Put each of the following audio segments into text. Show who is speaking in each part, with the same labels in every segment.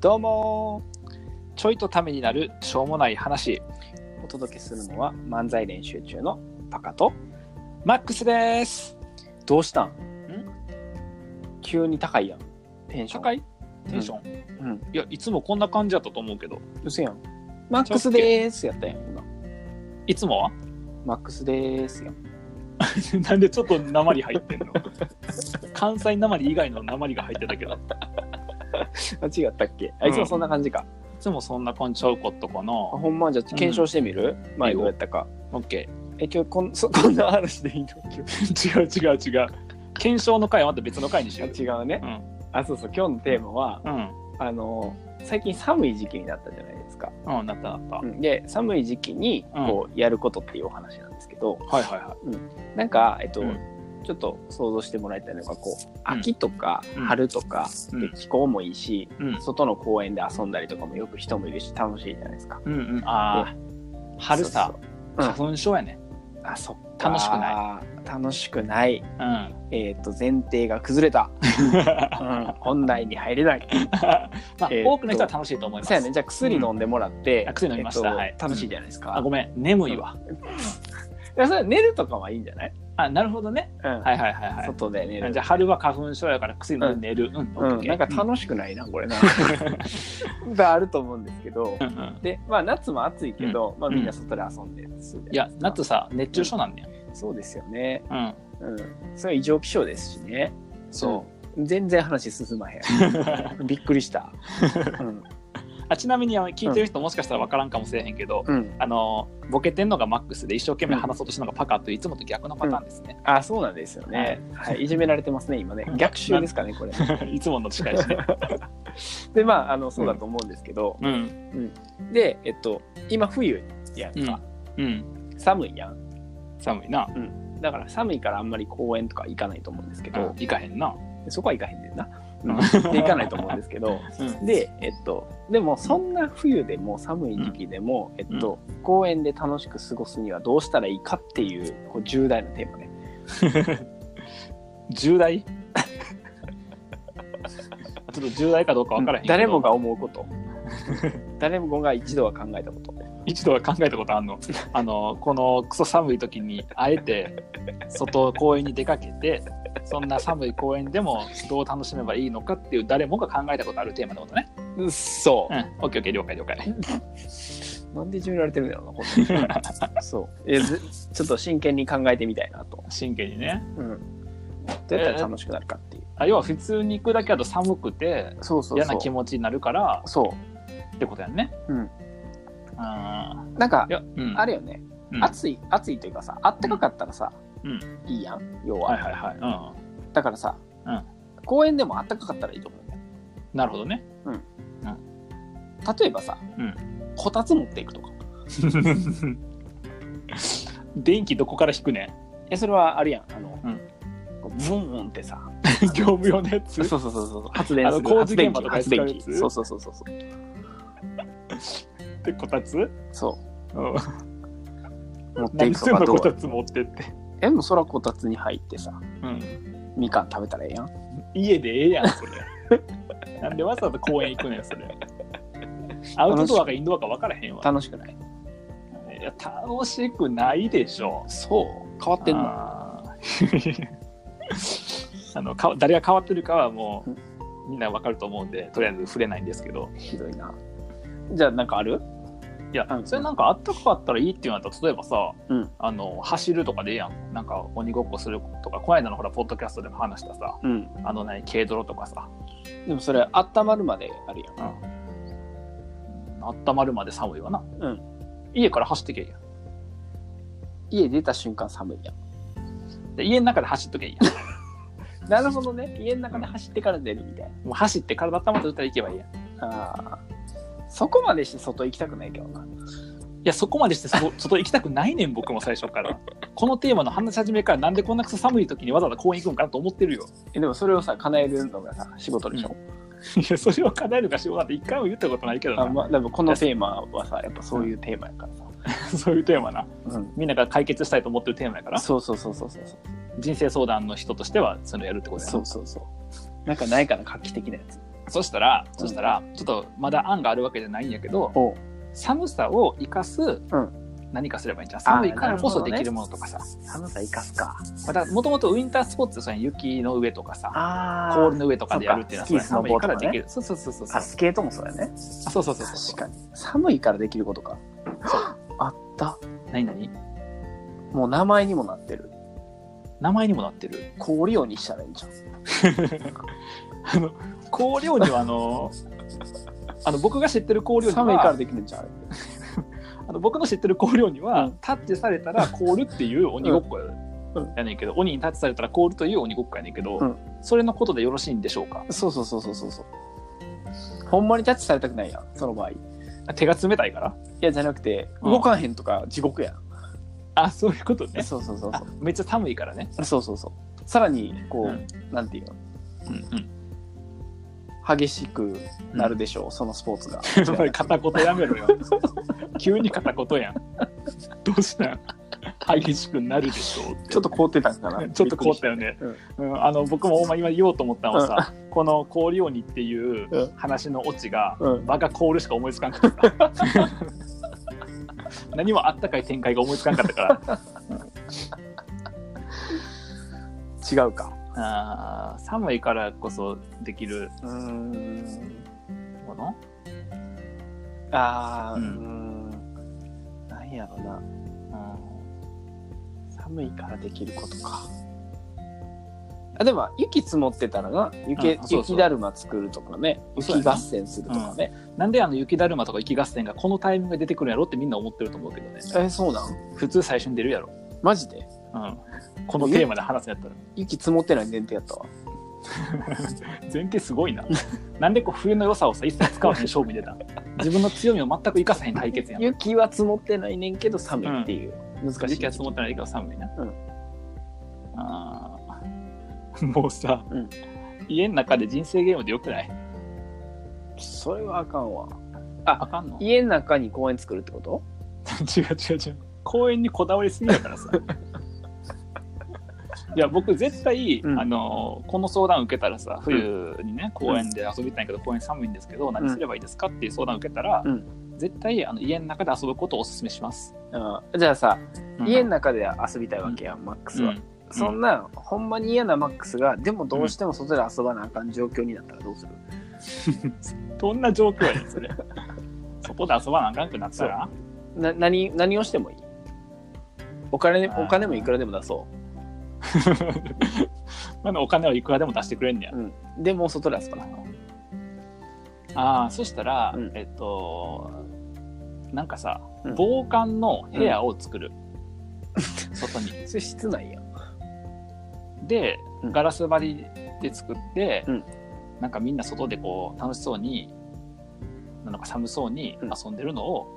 Speaker 1: どうもーちょいとためになるしょうもない話お届けするのは漫才練習中のパカとマックスです
Speaker 2: どうしたん急に高いやん。テンショ
Speaker 1: 社
Speaker 2: ン。
Speaker 1: 会テンション、
Speaker 2: うん。
Speaker 1: いやいつもこんな感じやったと思うけど
Speaker 2: うせやん。マックスでーすやったやん、今。
Speaker 1: いつもは
Speaker 2: マックスでーすやん。
Speaker 1: なんでちょっと鉛入ってんの関西鉛以外の鉛が入ってたけどい
Speaker 2: あ、違ったっけあいつもそんな感じか。
Speaker 1: つもそんな感じちゃうことかな
Speaker 2: あほんま、じゃあ検証してみる、前どうやったか。
Speaker 1: オッケ
Speaker 2: え、今日こんそ こんな話でいいの
Speaker 1: ー違う違う違う検証の回はまた別の回にしよう
Speaker 2: 今日 あ違うね、あ、そうそう、今日のテーマは、
Speaker 1: うん
Speaker 2: あの、最近寒い時期になったじゃないですか。
Speaker 1: うんなったなった、
Speaker 2: うんで、寒い時期にこうやることっていうお話なんですけど、
Speaker 1: はいはいはい
Speaker 2: なんか、えっと、
Speaker 1: うん
Speaker 2: ちょっと想像してもらいたいのがこう
Speaker 1: うん
Speaker 2: 秋とか
Speaker 1: うん
Speaker 2: 春とか
Speaker 1: うん
Speaker 2: で気候もいいし、
Speaker 1: うん
Speaker 2: 外の公園で遊んだりとかもよく人もいるし楽しいじゃないですか。
Speaker 1: うんうんああ春さ
Speaker 2: そうそう
Speaker 1: 花粉症やね
Speaker 2: うんあそっか
Speaker 1: 楽しく
Speaker 2: い楽しくない、
Speaker 1: うん
Speaker 2: えっと前提が崩れ た、うん、本題に入れない
Speaker 1: まあ、
Speaker 2: えーっと
Speaker 1: 多くの人は楽しいと思います
Speaker 2: そうやねじゃあ薬飲んでもらって、
Speaker 1: うんあ薬飲みました
Speaker 2: えっと
Speaker 1: はい
Speaker 2: 楽しいじゃないですか、
Speaker 1: あごめん眠いわ
Speaker 2: いやそれ寝るとかはいいんじゃない、
Speaker 1: あなるほどね
Speaker 2: うん
Speaker 1: はいはいはいはい
Speaker 2: 外で寝る
Speaker 1: じゃあ春は花粉症やから薬飲んで寝るうん、オッ
Speaker 2: うん、
Speaker 1: ケー
Speaker 2: なんか楽しくないな、こ れな。があると思うんですけど、
Speaker 1: うんうん
Speaker 2: で、まあ、夏も暑いけど、まあ、
Speaker 1: うん
Speaker 2: みんな外で遊んでるじゃない
Speaker 1: いや
Speaker 2: ですか
Speaker 1: 夏さ熱中症なんだよ、
Speaker 2: そうですよね。
Speaker 1: うん、
Speaker 2: うん、それは異常気象ですしね。。
Speaker 1: そう
Speaker 2: 全然話進まへ ん。びっくりした。うん、
Speaker 1: あちなみにあの聞いてる人もしかしたら分からんかもしれへんけど、
Speaker 2: うん、
Speaker 1: あのボケてんのがマックスで一生懸命話そうとしたのがパカといういつもと逆のパターンですね、
Speaker 2: あ、そうなんですよね。はい、いじめられてますね、 今ね。逆襲ですかね、これ。
Speaker 1: いつもの近いしね、
Speaker 2: で、まあ、あの、そうだと思うんですけど、
Speaker 1: うん
Speaker 2: で、えっと、今冬やんか、
Speaker 1: うん、
Speaker 2: 寒いやん。
Speaker 1: 寒いな、
Speaker 2: だから寒いからあんまり公園とか行かないと思うんですけ
Speaker 1: う
Speaker 2: ど
Speaker 1: ん、、行かへんな、
Speaker 2: でそこは行かへんねんな。
Speaker 1: うん
Speaker 2: で行かないと思うんですけど
Speaker 1: うん
Speaker 2: でえっとでもそんな冬でも寒い時期でも、えっと公園で楽しく過ごすにはどうしたらいいかっていうこう重大なテーマね
Speaker 1: 重 大ちょっと重大かどうか分からへんけど
Speaker 2: 誰もが思うこと 誰もが一度は考えたこと
Speaker 1: 一度は考えたことあ んのあのこのクソ寒い時にあえて外公園に出かけてそんな寒い公園でもどう楽しめばいいのかっていう誰もが考えたことあるテーマのことね
Speaker 2: そ
Speaker 1: うんオッケーオッケー了解了解
Speaker 2: うなんでいじめられてるんだろうなこんな にそうえずちょっと真剣に考えてみたいなと、
Speaker 1: 真剣にね
Speaker 2: うん、どうやったら楽しくなるかっていう、
Speaker 1: あ要は普通に行くだけだと寒くて
Speaker 2: そうそうそう
Speaker 1: 嫌な気持ちになるから
Speaker 2: そ
Speaker 1: ってことやんね
Speaker 2: うん
Speaker 1: あ
Speaker 2: うなんか
Speaker 1: ーいや、うん、
Speaker 2: あるよね、
Speaker 1: うん
Speaker 2: 暑い暑いというかさあったかかったらさ、
Speaker 1: うん
Speaker 2: いいやん要は、
Speaker 1: はいはいはい、う
Speaker 2: だからさ、
Speaker 1: うん
Speaker 2: 公園でもあったかかったらいいと思うんだよ
Speaker 1: ん、なるほどね
Speaker 2: 例えばさ、
Speaker 1: うん
Speaker 2: こたつ持っていくとか
Speaker 1: 電気どこから引くね ん
Speaker 2: えそれはあるやんあの、
Speaker 1: うん
Speaker 2: こうブンブンってさ
Speaker 1: 業務用のやつ
Speaker 2: そうそうそうそう発電
Speaker 1: あ
Speaker 2: する
Speaker 1: の工事
Speaker 2: 発電
Speaker 1: 現場
Speaker 2: 機
Speaker 1: とかで
Speaker 2: 発
Speaker 1: 使うやつ
Speaker 2: 電機そうそうそうそうそう
Speaker 1: でこたつ
Speaker 2: そ
Speaker 1: うん
Speaker 2: う持ってい
Speaker 1: 何
Speaker 2: く
Speaker 1: す
Speaker 2: と
Speaker 1: ん
Speaker 2: か
Speaker 1: の
Speaker 2: どう
Speaker 1: こたつ持ってって、
Speaker 2: えもうそらこたつに入ってさ
Speaker 1: うん、
Speaker 2: みかん食べたらええやん
Speaker 1: 家でええやんそれ なんでわざわざ公園行くねんそれアウトドアかインドアか分からへんわ
Speaker 2: 楽しくない
Speaker 1: いや楽しくないでしょ
Speaker 2: そう変わってんの
Speaker 1: あー あのか誰が変わってるかはも
Speaker 2: うん
Speaker 1: うみんな分かると思うんでとりあえず触れないんですけど
Speaker 2: ひどいなじゃあなんかある
Speaker 1: いや、
Speaker 2: うん
Speaker 1: それなんかあったかかったらいいっていうのだったら例えばさ、
Speaker 2: うん
Speaker 1: あの走るとかでええやんなんか鬼ごっこするとかこの間のほらポッドキャストでも話したさ
Speaker 2: うん
Speaker 1: あの何軽泥とかさ、
Speaker 2: でもそれ温まるまであるやん
Speaker 1: うん、温まるまで寒いわな、
Speaker 2: うん
Speaker 1: 家から走ってけえや
Speaker 2: 家出た瞬間寒いやん
Speaker 1: んで家の中で走っとけえ や
Speaker 2: なるほどね。家の中で走ってから出るみたい
Speaker 1: んもう走って体温まって打ったら行けばいいやんい
Speaker 2: な。あーそこまでして外行きたくないけどな。
Speaker 1: やそこ までしてそ外行きたくないねん僕も最初からこのテーマの話し始めからなんでこんなくそ寒い時にわざわざ公園行くんかなと思ってるよ
Speaker 2: えでもそれをさ、叶えるのがさ、仕事でしょ。
Speaker 1: いやそれを叶えるかしようなんて一回も言ったことないけど
Speaker 2: あ
Speaker 1: な、
Speaker 2: まあ、でもこのテーマはさ、やっぱそういうテーマやからさ。
Speaker 1: そういうテーマな
Speaker 2: うん
Speaker 1: みんなが解決したいと思ってるテーマやから
Speaker 2: そうそうそうそうそう。
Speaker 1: 人生相談の人としてはそれをやるってことやな
Speaker 2: そうそうそう。なんかないかな、画期的なやつ。
Speaker 1: そしたら、そしたら、ちょっとまだ案があるわけじゃないんやけど、
Speaker 2: おう
Speaker 1: 寒さを生かす何かすればいいんじゃん。寒いからこそできるものとかさ。
Speaker 2: 寒さ生かすか。
Speaker 1: また、もともとウィンタースポーツってさ雪の上とかさ、
Speaker 2: あ
Speaker 1: 氷の上とかでやるっていうのは
Speaker 2: そうか
Speaker 1: それ寒いからできる。そうそうそうそう。
Speaker 2: あ、スケートもそうやね。
Speaker 1: あそうそうそうそう。
Speaker 2: 確かに。寒いからできることか。あった。
Speaker 1: 何何
Speaker 2: もう名前にもなってる。
Speaker 1: 名前にもなってる。
Speaker 2: 氷鬼にしたらいいんじゃん。
Speaker 1: あの、香料には あの、あの僕が知ってる香料に
Speaker 2: 寒いから
Speaker 1: は、
Speaker 2: できるんじゃんあれ。
Speaker 1: あの僕の知ってる香料には、
Speaker 2: うん
Speaker 1: タッチされたら凍るっていう鬼ごっこや,、
Speaker 2: うん
Speaker 1: ねんけど、鬼にタッチされたら凍るという鬼ごっこやねんけど、
Speaker 2: うん
Speaker 1: それのことでよろしいんでしょうか
Speaker 2: そうそうそうそうそうそう。ほんまにタッチされたくないやん、その場合。い
Speaker 1: 手が冷たいから
Speaker 2: や、じゃなくて、
Speaker 1: うん
Speaker 2: 動かへんとか地獄やん。
Speaker 1: あそういうことね
Speaker 2: そうそうそう
Speaker 1: あめっちゃ寒いからね
Speaker 2: そう。そうそうそう。さらに、こう、
Speaker 1: うん
Speaker 2: なんていうの、
Speaker 1: うんうん
Speaker 2: 激しくなるでしょう、そのスポーツが。
Speaker 1: やっぱり片言やめろよ急に片言やんどうしたん激しくなるでしょうって
Speaker 2: ちょっと凍ってたんかな。
Speaker 1: ちょっと凍ったよね、うん、あの僕もほんま今言おうと思ったのはさ、この氷鬼っていう
Speaker 2: うん
Speaker 1: 話のオチが、
Speaker 2: うん
Speaker 1: 場が凍るしか思いつかんかった。何もあったかい展開が思いつかんかったから
Speaker 2: 違うか。
Speaker 1: あー寒いからこそできる
Speaker 2: うーん。
Speaker 1: もの
Speaker 2: あー、
Speaker 1: う
Speaker 2: うんーん。なんやろな。寒いからできることか。あでも雪積もってたらな雪,、
Speaker 1: うんそうそう
Speaker 2: 雪だるま作るとかね
Speaker 1: そうや
Speaker 2: 雪
Speaker 1: な
Speaker 2: 合戦するとかね、
Speaker 1: なんであの雪だるまとか雪合戦がこのタイミングで出てくるんやろってみんな思ってると思うけどね
Speaker 2: えそうなん
Speaker 1: 普通最初に出るやろ、
Speaker 2: マジで
Speaker 1: うん、このテーマで話すんやったら
Speaker 2: 雪積もってない限定やったわ
Speaker 1: 前傾すごいななんでこう冬の良さをさ一切使わへん勝負に出たん自分の強みを全く生かさへん対決やん
Speaker 2: 雪は積もってないねんけど寒いっていう、難しい
Speaker 1: 雪は積もってないけど寒いな、
Speaker 2: うん
Speaker 1: あー もうさ、
Speaker 2: うん
Speaker 1: 家の中で人生ゲームでよくない
Speaker 2: それはあかんわ
Speaker 1: あかんの違う
Speaker 2: 家の中に公園作るってこと
Speaker 1: 違う違う公園にこだわりすぎ だからさいや僕絶対、
Speaker 2: うん
Speaker 1: あのこの相談受けたらさ冬にね公園で遊びたいんやけど公園寒いんですけど、何すればいいですかっていう相談受けたら、
Speaker 2: う
Speaker 1: 絶対あの家の中で遊ぶことをおすすめします、
Speaker 2: あじゃあさ、家の
Speaker 1: 中
Speaker 2: 中で遊びたいわけやんマックスは、
Speaker 1: うん
Speaker 2: そんな、ほんまに嫌なマックスがでもどうしても外で遊ばなあかん状況になったらどうする、
Speaker 1: どんな状況やねんそれ そこで遊ばなあかんくなったら
Speaker 2: な何何をしてもいいお金
Speaker 1: あー
Speaker 2: お金もいくらでも出そ
Speaker 1: まだお金はいくらでも出してくれんねや
Speaker 2: う、。うん、でも外で遊ばなあかん
Speaker 1: ああ、そしたら、
Speaker 2: うん
Speaker 1: えっと、なんかさ
Speaker 2: うん、
Speaker 1: 防寒の部屋を作る。外に。
Speaker 2: それ室内やん
Speaker 1: で
Speaker 2: う、ん
Speaker 1: ガラス張りで作って、
Speaker 2: うん
Speaker 1: なんかみんな外でこう、楽しそうに、なんか寒そうに
Speaker 2: うん
Speaker 1: 遊んでるのを、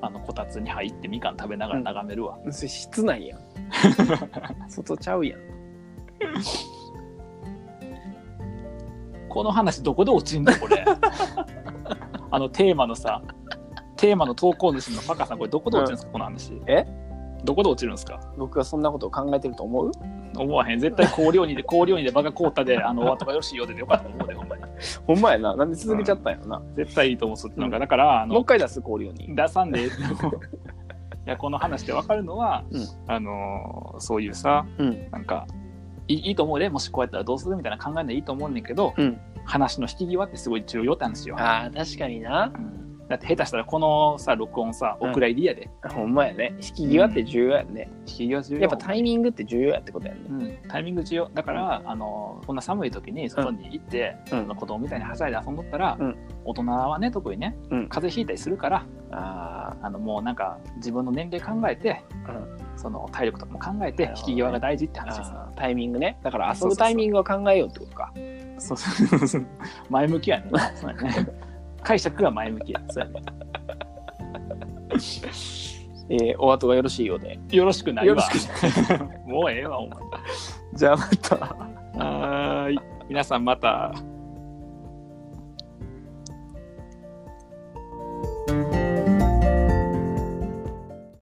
Speaker 1: あの、こたつに入ってみかん食べながら眺めるわ。
Speaker 2: それ室内 やん外ちゃうやん
Speaker 1: この話どこで落ちんのこれ。 あのテーマのさ、テーマの投稿主のパカさん、これどこで落ちるんですか、この話。
Speaker 2: え
Speaker 1: どこで落ちるんですか
Speaker 2: 僕がそんなことを考えてると思う
Speaker 1: 思わへん。絶対氷鬼で、 氷鬼でバカ凍ったで、あの、お後がよろしいようでよかったと思うで、ほんまに。
Speaker 2: ほんまやななんで続けちゃったんやろな、
Speaker 1: 絶対いいと思う、そっちの方が。だから、あ
Speaker 2: もう一
Speaker 1: の、
Speaker 2: 回出す氷ように
Speaker 1: 出さんでえ えと思う。いや、この話でわかるのは、
Speaker 2: うん
Speaker 1: あの、そういうさ、
Speaker 2: うん
Speaker 1: なんか、いいいと思うで、もしこうやったらどうするみたいな考えるのいいと思うねんだけど、
Speaker 2: うん
Speaker 1: 話の引き際ってすごい重要って話よ。
Speaker 2: ああ確かにな
Speaker 1: うんだって下手したらこのさ録音さお蔵入りやで、
Speaker 2: ほんまやね引き際って重要やね、
Speaker 1: 引き際重要
Speaker 2: やっぱタイミングって重要やってことやね
Speaker 1: うん、タイミング重要だから、あのこんな寒い時に外に行って、
Speaker 2: うん
Speaker 1: あの子供みたいにはしゃいで遊んどったら、
Speaker 2: うん
Speaker 1: 大人はね特にね
Speaker 2: うん
Speaker 1: 風邪ひいたりするから
Speaker 2: あ
Speaker 1: あのもうなんか自分の年齢考えて、その体力とかも考えて
Speaker 2: なるほどね
Speaker 1: 引き際が大事って話です、
Speaker 2: あタイミングねだから
Speaker 1: そ
Speaker 2: 遊ぶ
Speaker 1: うそうそう
Speaker 2: タイミングを考えようってことか
Speaker 1: そうそうそう前向きや ねそうやね解釈が前向きやそうやね
Speaker 2: えーお後がよろしいようで
Speaker 1: よろしくないわ
Speaker 2: よろし
Speaker 1: もうええわお前
Speaker 2: じゃあまた
Speaker 1: はーい皆さんまた